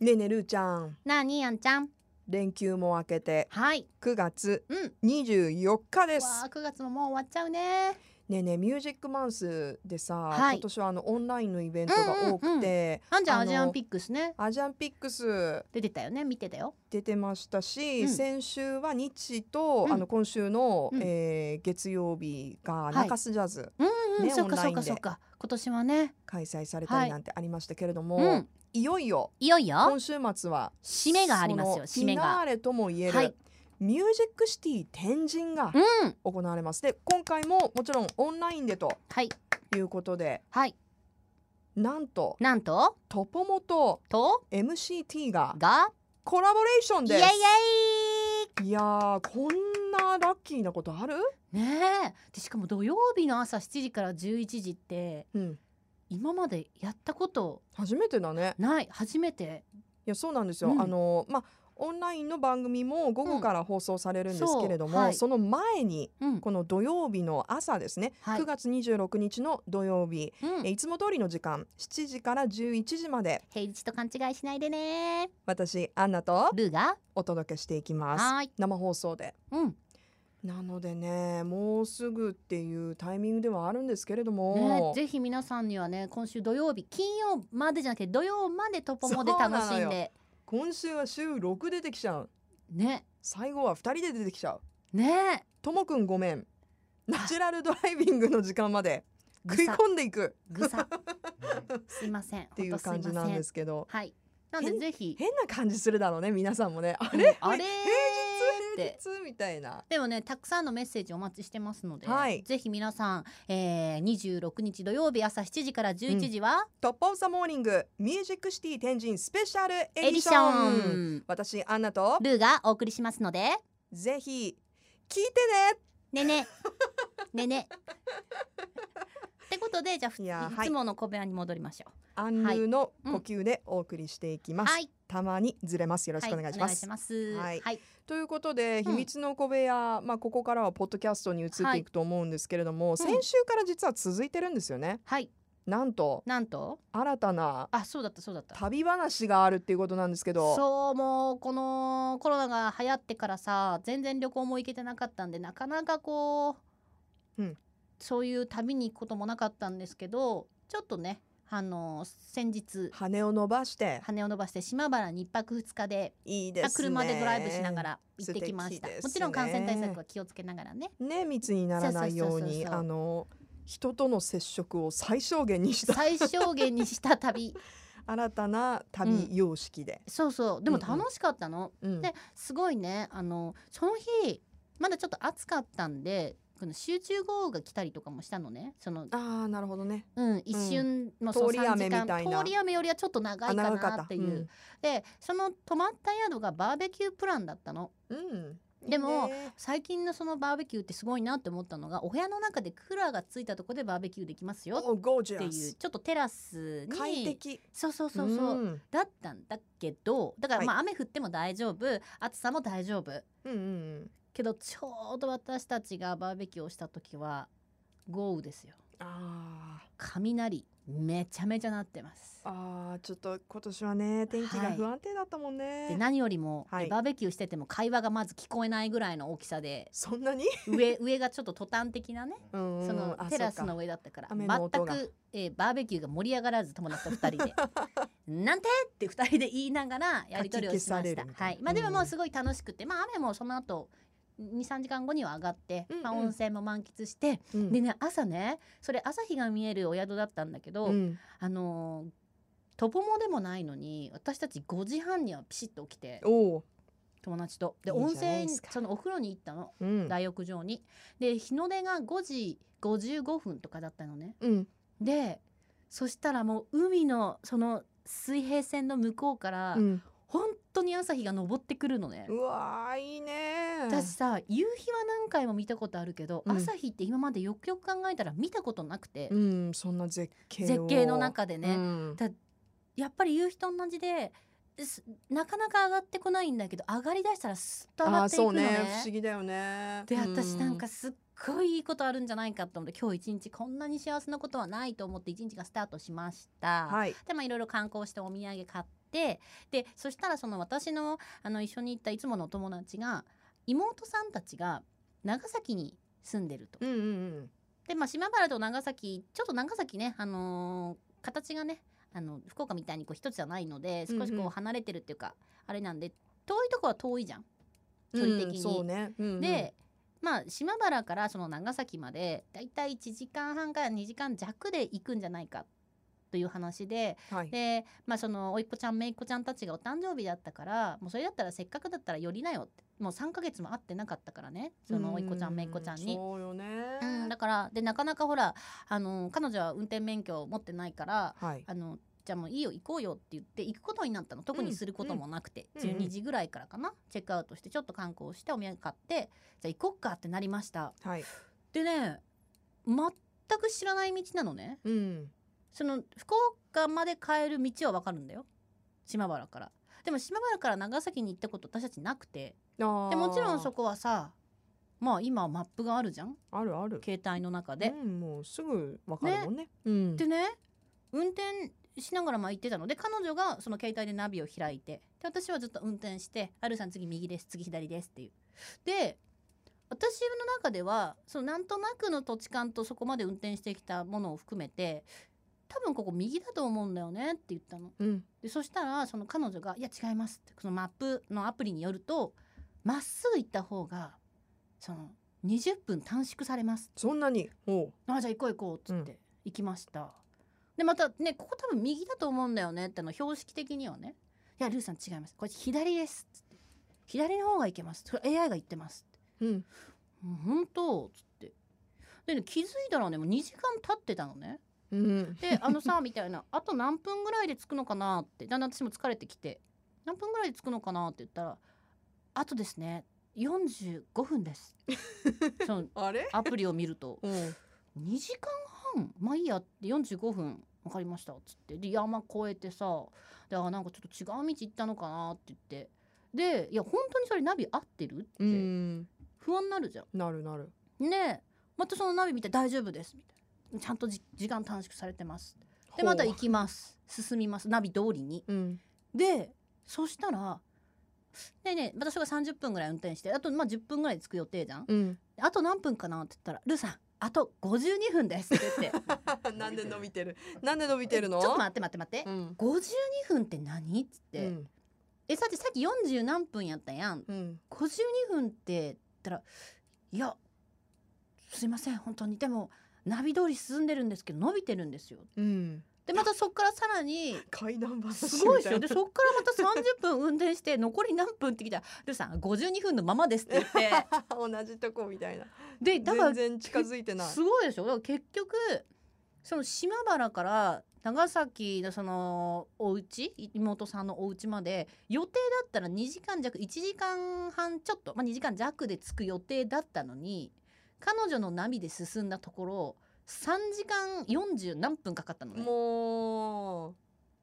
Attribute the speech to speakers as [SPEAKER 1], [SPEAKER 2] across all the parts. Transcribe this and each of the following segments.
[SPEAKER 1] ねえねえるーちゃん
[SPEAKER 2] なあにやんちゃん
[SPEAKER 1] 連休も明けて
[SPEAKER 2] はい
[SPEAKER 1] 9月
[SPEAKER 2] うんわ
[SPEAKER 1] 24日です
[SPEAKER 2] あ9月ももう終わっちゃうね
[SPEAKER 1] ねえねえミュージックマウスでさ、
[SPEAKER 2] はい
[SPEAKER 1] 今年はあのオンラインのイベントが多くて、
[SPEAKER 2] あんちゃん
[SPEAKER 1] あ
[SPEAKER 2] ア
[SPEAKER 1] の
[SPEAKER 2] ジアンピックスね
[SPEAKER 1] アジアンピックス
[SPEAKER 2] 出てたよね見てたよ
[SPEAKER 1] 出てましたし、
[SPEAKER 2] うん
[SPEAKER 1] 先週は日と、
[SPEAKER 2] うん
[SPEAKER 1] あの今週の、
[SPEAKER 2] うん
[SPEAKER 1] えー月曜日が
[SPEAKER 2] い
[SPEAKER 1] 中洲ジャズ
[SPEAKER 2] うんうん、
[SPEAKER 1] ね
[SPEAKER 2] そっか
[SPEAKER 1] オン
[SPEAKER 2] そ
[SPEAKER 1] ラインで
[SPEAKER 2] っかそっか今年はね
[SPEAKER 1] 開催された
[SPEAKER 2] は
[SPEAKER 1] り
[SPEAKER 2] い
[SPEAKER 1] なんてありましたけれども、
[SPEAKER 2] うん
[SPEAKER 1] いよいよ
[SPEAKER 2] いよいよ
[SPEAKER 1] 今週末は
[SPEAKER 2] 締めがありますよ
[SPEAKER 1] その
[SPEAKER 2] 締め
[SPEAKER 1] フィナー
[SPEAKER 2] が
[SPEAKER 1] レともいえる、
[SPEAKER 2] はい
[SPEAKER 1] ミュージックシティ天神が
[SPEAKER 2] うん
[SPEAKER 1] 行われますで今回ももちろんオンラインでと
[SPEAKER 2] はい
[SPEAKER 1] いうことで
[SPEAKER 2] はい
[SPEAKER 1] なんと
[SPEAKER 2] なんと
[SPEAKER 1] トポモと
[SPEAKER 2] と
[SPEAKER 1] MCT が
[SPEAKER 2] が
[SPEAKER 1] コラボレーション
[SPEAKER 2] イエイ
[SPEAKER 1] で
[SPEAKER 2] イ
[SPEAKER 1] すいやーこんなラッキーなことある、
[SPEAKER 2] エイねえでしかも土曜日の朝7時から11時って
[SPEAKER 1] うん、
[SPEAKER 2] 今までやったこと
[SPEAKER 1] 初めてだね
[SPEAKER 2] ない初めて
[SPEAKER 1] いやそうなんですよ、
[SPEAKER 2] うん
[SPEAKER 1] あのまあオンラインの番組も午後から放送されるんですけれども、
[SPEAKER 2] そうはい
[SPEAKER 1] その前に
[SPEAKER 2] うん
[SPEAKER 1] この土曜日の朝ですね、
[SPEAKER 2] はい
[SPEAKER 1] 9月26日の土曜日、
[SPEAKER 2] うん
[SPEAKER 1] えいつも通りの時間7時から11時まで
[SPEAKER 2] 平日と勘違いしないでね
[SPEAKER 1] 私アンナと
[SPEAKER 2] ルーが
[SPEAKER 1] お届けしていきます
[SPEAKER 2] はーい
[SPEAKER 1] 生放送で
[SPEAKER 2] うん
[SPEAKER 1] なのでねもうすぐっていうタイミングではあるんですけれど
[SPEAKER 2] ね
[SPEAKER 1] も、、
[SPEAKER 2] ぜひ皆さんにはね今週土曜日金曜までじゃなくて土曜までトポモで楽
[SPEAKER 1] そう
[SPEAKER 2] し
[SPEAKER 1] なんのよ
[SPEAKER 2] で
[SPEAKER 1] 今週は週6出てきちゃう
[SPEAKER 2] ね
[SPEAKER 1] 最後は2人で出てきちゃう
[SPEAKER 2] ね
[SPEAKER 1] ともくんごめんナチュラルドライビングの時間まで食い込んでいく
[SPEAKER 2] ぐさすいません
[SPEAKER 1] っていう感じなんですけど
[SPEAKER 2] ほとすいませんはいなんでぜひ
[SPEAKER 1] 変な感じするだろうね皆さんもねあ
[SPEAKER 2] うん
[SPEAKER 1] れ
[SPEAKER 2] あれーっ
[SPEAKER 1] 平
[SPEAKER 2] て
[SPEAKER 1] 日みたいな
[SPEAKER 2] でもねたくさんのメッセージお待ちしてますので、
[SPEAKER 1] はい
[SPEAKER 2] ぜひ皆さん、えー、26日土曜日朝7時から11時は
[SPEAKER 1] トップオブザモーニングミュージックシティ天神スペシャルエデ
[SPEAKER 2] エデ
[SPEAKER 1] ィ
[SPEAKER 2] ィ
[SPEAKER 1] シ
[SPEAKER 2] シ
[SPEAKER 1] ョン
[SPEAKER 2] ョン
[SPEAKER 1] 私アンナと
[SPEAKER 2] ルーがお送りしますので
[SPEAKER 1] ぜひ聞いてね
[SPEAKER 2] ねねねねってことでじゃあふ
[SPEAKER 1] いやー
[SPEAKER 2] いつもの小部屋に戻りましょ
[SPEAKER 1] アンルーの
[SPEAKER 2] うん
[SPEAKER 1] 呼吸でお送りしていき
[SPEAKER 2] う
[SPEAKER 1] ます、
[SPEAKER 2] はい
[SPEAKER 1] たまにずれますよろしくお願いしま
[SPEAKER 2] はい、お願い
[SPEAKER 1] す、
[SPEAKER 2] します。
[SPEAKER 1] はい
[SPEAKER 2] はい、
[SPEAKER 1] ということで秘密の小部屋、まあここからはポッドキャストに移っていくと思うんですけれども、
[SPEAKER 2] ん
[SPEAKER 1] 先週から実は続いてるんですよね
[SPEAKER 2] はい
[SPEAKER 1] なんと
[SPEAKER 2] なんと、
[SPEAKER 1] 新たな
[SPEAKER 2] あ、そうだった、そうだった。
[SPEAKER 1] 旅話があるっていうことなんですけど
[SPEAKER 2] そう、もう、このコロナが流行ってからさ、全然旅行も行けてなかったんで、なかなかこう。
[SPEAKER 1] うん
[SPEAKER 2] そういう旅に行くこともなかったんですけど、ちょっとね、あの、先日。
[SPEAKER 1] 羽を伸ばして
[SPEAKER 2] 羽を伸ばして島原に一泊二日で
[SPEAKER 1] いいですね
[SPEAKER 2] あ車でドライブしながら行ってきま
[SPEAKER 1] 素
[SPEAKER 2] した、
[SPEAKER 1] 敵ですね
[SPEAKER 2] もちろん感染対策は気をつけながら ね
[SPEAKER 1] ね密にならないよう
[SPEAKER 2] そうそうそう
[SPEAKER 1] に
[SPEAKER 2] そう
[SPEAKER 1] あの人との接触を最小限にした
[SPEAKER 2] 最小限にした 旅
[SPEAKER 1] 新たな旅様式で、
[SPEAKER 2] そうそうでも
[SPEAKER 1] うんうん
[SPEAKER 2] 楽しかったの、
[SPEAKER 1] うん
[SPEAKER 2] ですごいねあのその日まだちょっと暑かったんでこの集中豪雨が来たりとかもしたのねその、
[SPEAKER 1] ああなるほどね
[SPEAKER 2] うん、一瞬のその
[SPEAKER 1] 通り雨
[SPEAKER 2] 3時間
[SPEAKER 1] みたいな
[SPEAKER 2] 通り雨よりはちょっと長いか
[SPEAKER 1] あ長かった
[SPEAKER 2] なっていう、でその泊まった宿がバーベキュープランだったの
[SPEAKER 1] うん
[SPEAKER 2] でも
[SPEAKER 1] いいね
[SPEAKER 2] 最近のそのバーベキューってすごいなって思ったのがお部屋の中でクーラーがついたとこでバーベキューできますよ
[SPEAKER 1] おゴージ
[SPEAKER 2] って
[SPEAKER 1] ャ
[SPEAKER 2] いう
[SPEAKER 1] ス
[SPEAKER 2] ちょっとテラスに
[SPEAKER 1] 快適
[SPEAKER 2] そうそうそうそう、
[SPEAKER 1] うん
[SPEAKER 2] だったんだけどだから
[SPEAKER 1] はい
[SPEAKER 2] まあ雨降っても大丈夫、暑さも大丈夫
[SPEAKER 1] うんうん
[SPEAKER 2] けどちょうど私たちがバーベキューをした時は豪雨ですよ
[SPEAKER 1] あー
[SPEAKER 2] 雷めちゃめちゃなってます
[SPEAKER 1] あーちょっと今年はね天気が
[SPEAKER 2] はい
[SPEAKER 1] 不安定だったもんね、
[SPEAKER 2] で何よりも、
[SPEAKER 1] はい
[SPEAKER 2] えバーベキューしてても会話がまず聞こえないぐらいの大きさで
[SPEAKER 1] そんなに、
[SPEAKER 2] 上上がちょっとトタン的なね
[SPEAKER 1] うんうん
[SPEAKER 2] その
[SPEAKER 1] あ
[SPEAKER 2] テラス
[SPEAKER 1] そ
[SPEAKER 2] の
[SPEAKER 1] うか
[SPEAKER 2] 上だったから
[SPEAKER 1] 雨の音
[SPEAKER 2] 全
[SPEAKER 1] が
[SPEAKER 2] く、えーバーベキューが盛り上がらず友達と2人で「 なんて!」って2人で言いながらやり取りをしま
[SPEAKER 1] かき消され
[SPEAKER 2] し
[SPEAKER 1] る
[SPEAKER 2] た
[SPEAKER 1] みたいな
[SPEAKER 2] はいまあ、でも
[SPEAKER 1] うん
[SPEAKER 2] もうすごい楽しくて、まあ、雨もその後23時間後には上がって、
[SPEAKER 1] うんうん
[SPEAKER 2] まあ、温泉も満喫して、
[SPEAKER 1] うん
[SPEAKER 2] でね朝ねそれ朝日が見えるお宿だったんだけど、
[SPEAKER 1] うん
[SPEAKER 2] あのートポモでもないのに私たち5時半にはピシッと起きて
[SPEAKER 1] おう
[SPEAKER 2] 友達とで
[SPEAKER 1] いいじゃ
[SPEAKER 2] 温
[SPEAKER 1] ない
[SPEAKER 2] 泉
[SPEAKER 1] ですか
[SPEAKER 2] そのお風呂に行ったの、
[SPEAKER 1] うん
[SPEAKER 2] 大浴場にで日の出が5時55分とかだったのね
[SPEAKER 1] うん
[SPEAKER 2] でそしたらもう海のその水平線の向こうから、
[SPEAKER 1] うん
[SPEAKER 2] 本当に朝日が昇ってくるのね、
[SPEAKER 1] うわーいいね
[SPEAKER 2] 私さ夕日は何回も見たことあるけど、
[SPEAKER 1] うん
[SPEAKER 2] 朝日って今までよくよく考えたら見たことなくて、
[SPEAKER 1] うんそんな絶景を
[SPEAKER 2] 絶景の中でね、
[SPEAKER 1] うん
[SPEAKER 2] やっぱり夕日と同じですなかなか上がってこないんだけど上がりだしたらすっと上が
[SPEAKER 1] あー
[SPEAKER 2] ってい
[SPEAKER 1] そ
[SPEAKER 2] く
[SPEAKER 1] う
[SPEAKER 2] のね
[SPEAKER 1] ね不思議だよね
[SPEAKER 2] で
[SPEAKER 1] う
[SPEAKER 2] 私なんかすっごいいいことあるんじゃないかと思って今日一日こんなに幸せなことはないと思って一日がスタートしました、
[SPEAKER 1] はい
[SPEAKER 2] でまあいろいろ観光してお土産買っってでそしたらその私のあの一緒に行ったいつものお友達が妹さんたちが長崎に住んでると。
[SPEAKER 1] うんうんうん
[SPEAKER 2] でまあ島原と長崎ちょっと長崎ね、あのー形がねあの福岡みたいにこう一つじゃないので少し
[SPEAKER 1] うん
[SPEAKER 2] こ
[SPEAKER 1] うん
[SPEAKER 2] う離れてるっていうか、あれなんで遠いとこは遠いじゃん距離的に。
[SPEAKER 1] うんそうね、うんうん、
[SPEAKER 2] でまあ島原からその長崎までだいたい1時間半から2時間弱で行くんじゃないかという話で
[SPEAKER 1] はい、
[SPEAKER 2] でまあその甥っ子ちゃん姪っ子ちゃんたちがお誕生日だったからもうそれだったらせっかくだったら寄りなよってもう3ヶ月も会ってなかったからねその甥っ子ちゃん姪っ子ちゃんに
[SPEAKER 1] う。そうよね、
[SPEAKER 2] うん、だからでなかなかほらあの彼女は運転免許を持ってないから
[SPEAKER 1] はい
[SPEAKER 2] あのじゃあもういいよ行こうよって言って行くことになったの特にすることもなくて、
[SPEAKER 1] うんうんうんうん
[SPEAKER 2] 12時ぐらいからかなチェックアウトしてちょっと観光してお土産買ってじゃあ行こっかってなりました
[SPEAKER 1] はい
[SPEAKER 2] でね全く知らない道なのね
[SPEAKER 1] うん
[SPEAKER 2] その福岡まで帰る道は分かるんだよ島原からでも島原から長崎に行ったこと私たちなくて
[SPEAKER 1] あー
[SPEAKER 2] でもちろんそこはさまあ今はマップがあるじゃん
[SPEAKER 1] あるある
[SPEAKER 2] 携帯の中で
[SPEAKER 1] う、ん、もうすぐわかるもんねうん
[SPEAKER 2] でね運転しながらまあ行ってたので彼女がその携帯でナビを開いてで私はずっと運転して「あるさん次右です次左です」っていう。で私の中ではそのなんとなくの土地勘とそこまで運転してきたものを含めて多分ここ右だと思うんだよねって言ったの。
[SPEAKER 1] うん
[SPEAKER 2] でそしたらその彼女が「いや違います」ってそのマップのアプリによるとまっすぐ行った方がその20分短縮されます
[SPEAKER 1] そんなにおう
[SPEAKER 2] あじゃあ行こう行こうっつって行きました、でまたねここ多分右だと思うんだよねっての標識的にはね「いやルーさん違いますこれ左です」っつって左の方が行けます」それ AI が言ってます」って
[SPEAKER 1] うん
[SPEAKER 2] 「うん本当」っつってで、ね、気づいたらねもう2時間経ってたのね
[SPEAKER 1] うん
[SPEAKER 2] で「あのさ」みたいな「あと何分ぐらいで着くのかな」ってだんだん私も疲れてきて「何分ぐらいで着くのかな」って言ったら「あとですね45分です」その
[SPEAKER 1] あれ
[SPEAKER 2] アプリを見ると。
[SPEAKER 1] おう
[SPEAKER 2] 2時間半まあいいやって45分分かりましたっつってで山越えてさであなんかちょっと違う道行ったのかなって言ってでいや本当にそれナビ合ってるって
[SPEAKER 1] うん
[SPEAKER 2] 不安になるじゃ
[SPEAKER 1] なるなる
[SPEAKER 2] ん。ねえまたそのナビ見て大丈夫ですみたいなちゃんとじ時間短縮されてますでまた行
[SPEAKER 1] き
[SPEAKER 2] きます進みますナビ通りに。
[SPEAKER 1] うん
[SPEAKER 2] でそしたらねえねえ私が30分ぐらい運転してあとまあ10分ぐらいで着く予定じゃん。
[SPEAKER 1] うん
[SPEAKER 2] あと何分かなって言ったら「ルーさんあと52分です」って言って。
[SPEAKER 1] なんで伸びてるなんで伸びてるの
[SPEAKER 2] ちょっと待って待って待って、
[SPEAKER 1] うん
[SPEAKER 2] 52分って何っつっ
[SPEAKER 1] う
[SPEAKER 2] て、
[SPEAKER 1] ん
[SPEAKER 2] えさてさっき40何分やったやん
[SPEAKER 1] うん
[SPEAKER 2] 52分って言ったらいやすいません本当にでもナビ通り進んでるんですけど伸びてるんですよ
[SPEAKER 1] うん
[SPEAKER 2] でまたそっからさらに
[SPEAKER 1] 階段話
[SPEAKER 2] すごいですよ
[SPEAKER 1] み
[SPEAKER 2] で
[SPEAKER 1] た
[SPEAKER 2] そっからまた30分運転して残り何分ってきたら「ルーさん52分のままです」って言 って
[SPEAKER 1] な同じとこみたいな
[SPEAKER 2] でだから
[SPEAKER 1] 全然近づいてない
[SPEAKER 2] すごいでしょだから結局その島原から長崎のそのお家妹さんのお家まで予定だったら2時間弱1時間半ちょっと、まあ、2時間弱で着く予定だったのに彼女のナビで進んだところ3時間40何分かかったのね
[SPEAKER 1] もう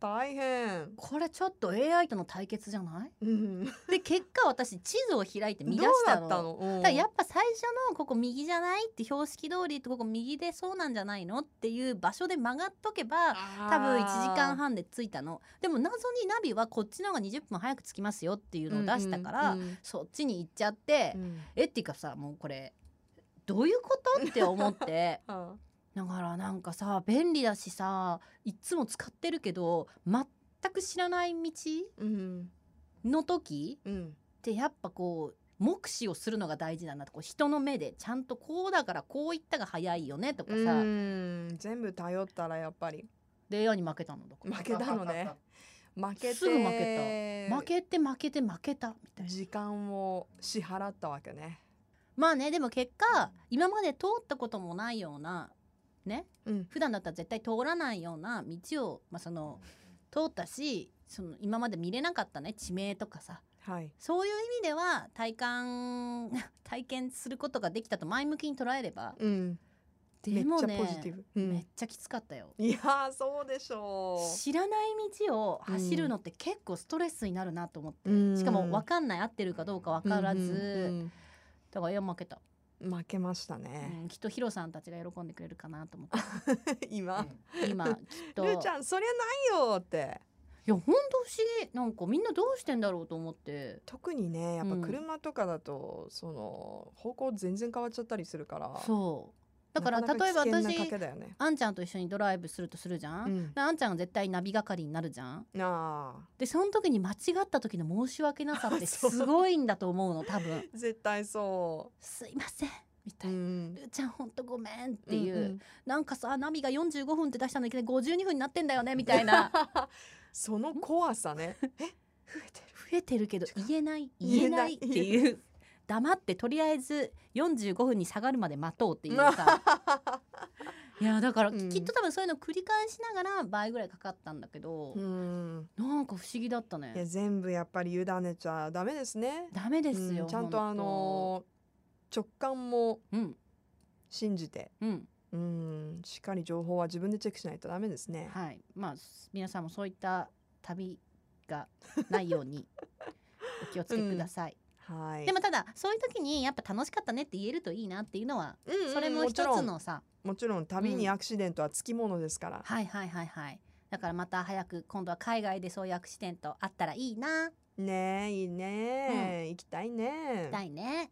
[SPEAKER 1] 大変
[SPEAKER 2] これちょっと AI との対決じゃない
[SPEAKER 1] うん
[SPEAKER 2] で結果私地図を開い て見出
[SPEAKER 1] どう
[SPEAKER 2] した
[SPEAKER 1] だ
[SPEAKER 2] の
[SPEAKER 1] ったのうん
[SPEAKER 2] だからやっぱ最初のここ右じゃないって標識通りってここ右でそうなんじゃないのっていう場所で曲がっとけば多分1時間半で着いたのでも謎にナビはこっちの方が20分早く着きますよっていうのを出したから、
[SPEAKER 1] うんうん
[SPEAKER 2] そっちに行っちゃって、
[SPEAKER 1] うんうん
[SPEAKER 2] えっていうかさもうこれどういうことって思って
[SPEAKER 1] あ
[SPEAKER 2] だからなんかさ便利だしさいっつも使ってるけど全く知らない道
[SPEAKER 1] うん
[SPEAKER 2] の時
[SPEAKER 1] うん
[SPEAKER 2] でやっぱこう目視をするのが大事だなとこう人の目でちゃんとこうだからこういったが早いよねとか
[SPEAKER 1] う
[SPEAKER 2] さ、
[SPEAKER 1] ん全部頼ったらやっぱり
[SPEAKER 2] で AI に負けたのだから
[SPEAKER 1] 負けたのね負けて
[SPEAKER 2] すぐ負け 負けて負けて負けたみたいな
[SPEAKER 1] 時間を支払ったわけね
[SPEAKER 2] まあねでも結果今まで通ったこともないようなね
[SPEAKER 1] うん
[SPEAKER 2] 普段だったら絶対通らないような道を、まあ、その通ったしその今まで見れなかったね地名とかさ
[SPEAKER 1] はい
[SPEAKER 2] そういう意味では体感 体験することができたと前向きに捉えれば
[SPEAKER 1] うんめ
[SPEAKER 2] で
[SPEAKER 1] っ
[SPEAKER 2] も
[SPEAKER 1] ちゃ
[SPEAKER 2] ね
[SPEAKER 1] ポジティブう
[SPEAKER 2] めっ
[SPEAKER 1] ん
[SPEAKER 2] ちゃきつかったよ。
[SPEAKER 1] いやーそうでしょ
[SPEAKER 2] 知らない道を走るのって結構ストレスになるなと思って、
[SPEAKER 1] うん
[SPEAKER 2] しかも分かんない合ってるかどうか
[SPEAKER 1] う
[SPEAKER 2] 分からず、
[SPEAKER 1] うん
[SPEAKER 2] だからいや負けた、
[SPEAKER 1] うん負けましたね
[SPEAKER 2] うん、きっとヒロさんたちが喜んでくれるかなと思っ
[SPEAKER 1] 今
[SPEAKER 2] て今きっと
[SPEAKER 1] ルーちゃんそりゃないよって
[SPEAKER 2] やほんと不思議なんかみんなどうしてんだろうと思って
[SPEAKER 1] 特にねやっぱ
[SPEAKER 2] うん
[SPEAKER 1] 車とかだと、その方向全然変わっちゃったりするから
[SPEAKER 2] そうだから
[SPEAKER 1] なな
[SPEAKER 2] 例えば
[SPEAKER 1] 危険な
[SPEAKER 2] 私
[SPEAKER 1] 賭けだよね、
[SPEAKER 2] あんちゃんと一緒にドライブするとするじゃん、
[SPEAKER 1] うん
[SPEAKER 2] であんちゃんが絶対ナビ係になるじゃん
[SPEAKER 1] ああ
[SPEAKER 2] でその時に間違った時の申し訳なさって
[SPEAKER 1] そう
[SPEAKER 2] すごいんだと思うの多分
[SPEAKER 1] 絶対そ
[SPEAKER 2] 「すいません」み
[SPEAKER 1] う、
[SPEAKER 2] た
[SPEAKER 1] う
[SPEAKER 2] いな。
[SPEAKER 1] ん、
[SPEAKER 2] ルーちゃんほんとごめんっていう、
[SPEAKER 1] んん
[SPEAKER 2] なんかさナビが45分って出したんだけど52分になってんだよねみた いな
[SPEAKER 1] その怖さねえ増えてる
[SPEAKER 2] 増えてるけど言えない言えないっていう黙ってとりあえず45分に下がるまで待とうっていう さいやだから
[SPEAKER 1] うん
[SPEAKER 2] きっと多分そういうの繰り返しながら倍ぐらいかかったんだけど、
[SPEAKER 1] うん
[SPEAKER 2] なんか不思議だった
[SPEAKER 1] いや
[SPEAKER 2] ね
[SPEAKER 1] 全部やっぱり委ねちゃダメですね
[SPEAKER 2] ダメです
[SPEAKER 1] う
[SPEAKER 2] よ、
[SPEAKER 1] んちゃんと
[SPEAKER 2] ほ
[SPEAKER 1] あのー直感も
[SPEAKER 2] うん
[SPEAKER 1] 信じて
[SPEAKER 2] うん
[SPEAKER 1] うんしっかり情報は自分でチェックしないとダメですね
[SPEAKER 2] はいまあ皆さんもそういった旅がないよう にお気をつけください、
[SPEAKER 1] はい
[SPEAKER 2] でもただそういう時にやっぱ楽しかったねって言えるといいなっていうのは
[SPEAKER 1] うんうん
[SPEAKER 2] それも一
[SPEAKER 1] も
[SPEAKER 2] つ
[SPEAKER 1] ちろん
[SPEAKER 2] のさ、
[SPEAKER 1] もちろん旅にアクシデントはつきものですから、
[SPEAKER 2] はいはいはいはいだからまた早く今度は海外でそういうアクシデントあったらいいな、
[SPEAKER 1] ねえいいねえ、行きたいね
[SPEAKER 2] だいね